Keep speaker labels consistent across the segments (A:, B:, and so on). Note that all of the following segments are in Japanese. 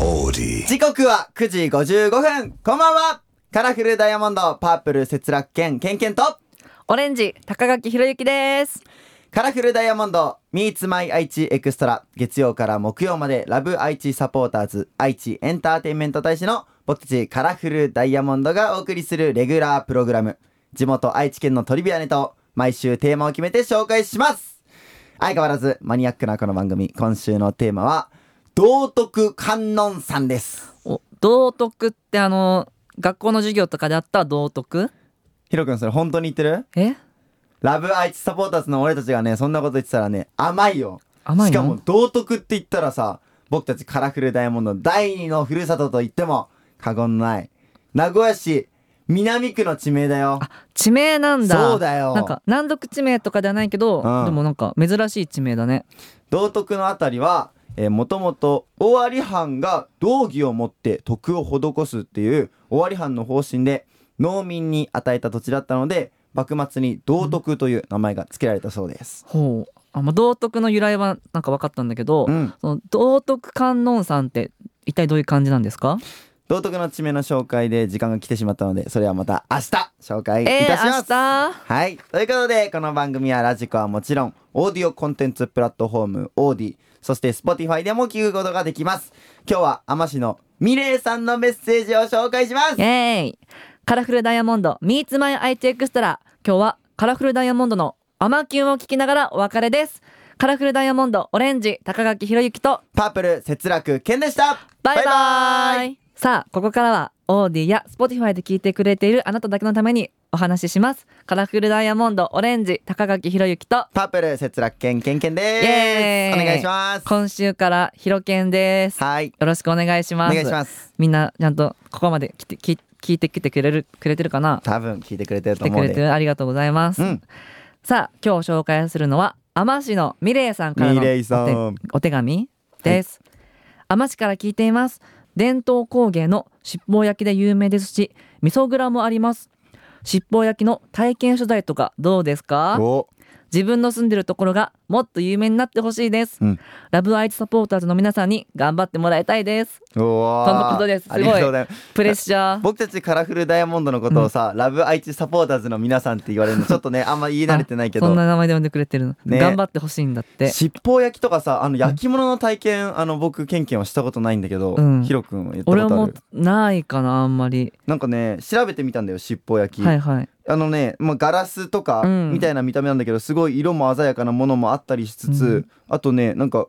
A: オーディ
B: 時刻は9時55分こんばんはカラフルダイヤモンドパープル節楽剣ケンケンと
C: オレンジ高垣ひろゆきです。
B: カラフルダイヤモンド Meets My 愛知エクストラ月曜から木曜までラブ愛知サポーターズ愛知エンターテインメント大使の僕たちカラフルダイヤモンドがお送りするレギュラープログラム地元愛知県のトリビアネタを毎週テーマを決めて紹介します相変わらずマニアックなこの番組今週のテーマは道徳観音さんです
C: お道徳ってあの学校の授業とかであった道徳？
B: ヒロ君それ本当に言ってる
C: え？
B: ラブ愛知サポーターズの俺たちがねそんなこと言ってたらね甘いよ
C: 甘い
B: し
C: の
B: かも道徳って言ったらさ僕たちカラフルダイヤモンドの第二のふるさとと言っても過言のない名古屋市南区の地名だよ
C: あ地名なんだ。
B: そうだよ
C: なんか難読地名とかではないけど、
B: うん
C: でもなんか珍しい地名だね。
B: 道徳のあたりはもともと尾張藩が道義を持って徳を施すっていう尾張藩の方針で農民に与えた土地だったので幕末に道徳という名前が付けられたそうです。
C: ほう。あまあ道徳の由来はなんか分かったんだけど、
B: うん、
C: その道徳観音さんって一体どういう感じなんですか？
B: 道徳の地名の紹介で時間が来てしまったのでそれはまた明日紹介い
C: え
B: たし
C: ー、
B: ま
C: 明
B: す、
C: 日。
B: はいということでこの番組はラジコはもちろんオーディオコンテンツプラットフォームオーディそして Spotify でも聞くことができます今日は天市のミレイさんのメッセージを紹介します
C: イエーイカラフルダイヤモンド Meets My IT エクストラ今日はカラフルダイヤモンドのアマキュンを聞きながらお別れですカラフルダイヤモンドオレンジ高垣ひろゆきと
B: パープル節楽健でした
C: バイバイ
B: バイバイ
C: さあここからはオーディや Spotify で聞いてくれているあなただけのためにお話ししますカラフルダイヤモンドオレンジ高垣ひろゆきと
B: パープル節楽健健健です
C: イエーイ
B: お願いします
C: 今週からひろけんです
B: はい
C: よろしくお願いし
B: お
C: ます
B: 願いします
C: みんなちゃんとここまで来てき聞いてきてくれるくれてるかな
B: 多分聞いてくれてる
C: 来
B: と
C: て
B: 思
C: く
B: う
C: れ
B: ん
C: て
B: で
C: るありがとうございます、
B: うん
C: さあ今日紹介するのは天市のミレイさんからの
B: ミレイさん
C: お手お手紙です、天市から聞いています伝統工芸の七宝焼きで有名ですし味噌蔵もあります七宝焼きの体験取材とかどうですか
B: お
C: 自分の住んでるところがもっと有名になってほしいです、
B: うん
C: ラブアイチサポーターズの皆さんに頑張ってもらいたいです
B: おー
C: とのことですすごい
B: ありがとうございます
C: プレッシャー
B: 僕たちカラフルダイヤモンドのことをさ、ラブ愛知サポーターズの皆さんって言われるのちょっとね あんま言い慣れてないけ
C: そ
B: ど
C: んな名前で呼んでくれてるの、
B: ね
C: 頑張ってほしいんだって
B: 尻尾焼きとかさあの焼き物の体験あの僕ケンケンはしたことないんだけど、
C: うん
B: ヒロ君は言ったこ
C: 俺
B: とあ
C: も
B: る
C: ないかなあんまり
B: なんかね調べてみたんだよ尻尾焼き、
C: はいはい
B: あのね、まあ、ガラスとか
C: うん
B: みたいな見た目なんだけど、すごい色も鮮やかなものもあったりしつつ、
C: うん
B: あとねなんか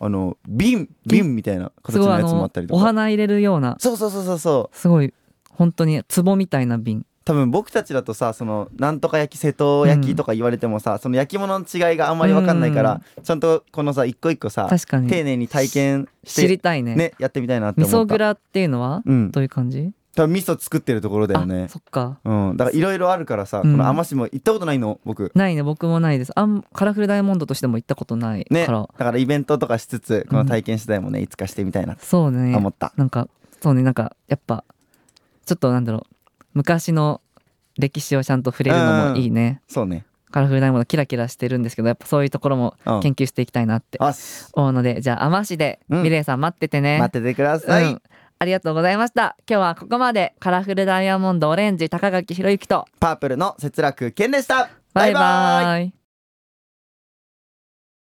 B: あの瓶瓶みたいな
C: す
B: 形
C: ごい
B: の
C: あ
B: やつもあ
C: の
B: ったりと
C: お
B: か
C: 花入れるような
B: そうそうそうそうそう
C: すごい本当に壺みたいな瓶
B: 多分僕たちだとさそのなんとか焼き瀬戸焼きとか言われてもさ、その焼き物の違いがあんまり分かんないから、ちゃんとこのさ一個一個さ
C: 確か
B: 丁
C: に
B: 寧に体験して
C: 知りたいね
B: ねやってみたいなって
C: 味
B: 思
C: 噌
B: った
C: 蔵っていうのは
B: うん
C: どういう感じ
B: 多分味噌作ってるところだよね
C: あそっか
B: うんだからいろいろあるからさ、
C: うん
B: この海士も行ったことないの僕
C: ないね僕もないですあんカラフルダイヤモンドとしても行ったことないか
B: ね
C: ら、
B: だからイベントとかしつつこの体験次第もね、いつかしてみたいなと
C: そうね
B: 思った、
C: なんかそうねなんかやっぱちょっとなんだろう昔の歴史をちゃんと触れるのもいいね、
B: そうね
C: カラフルダイヤモンドキラキラしてるんですけどやっぱそういうところも
B: うん
C: 研究していきたいなって
B: あし
C: 思うのでじゃあ天市で
B: うん
C: ミレイさん待っててね、
B: 待っててください、
C: うん、ありがとうございました今日はここまでカラフルダイヤモンドオレンジ高垣ひろゆきと
B: パープルの節楽健でした
C: バイバイ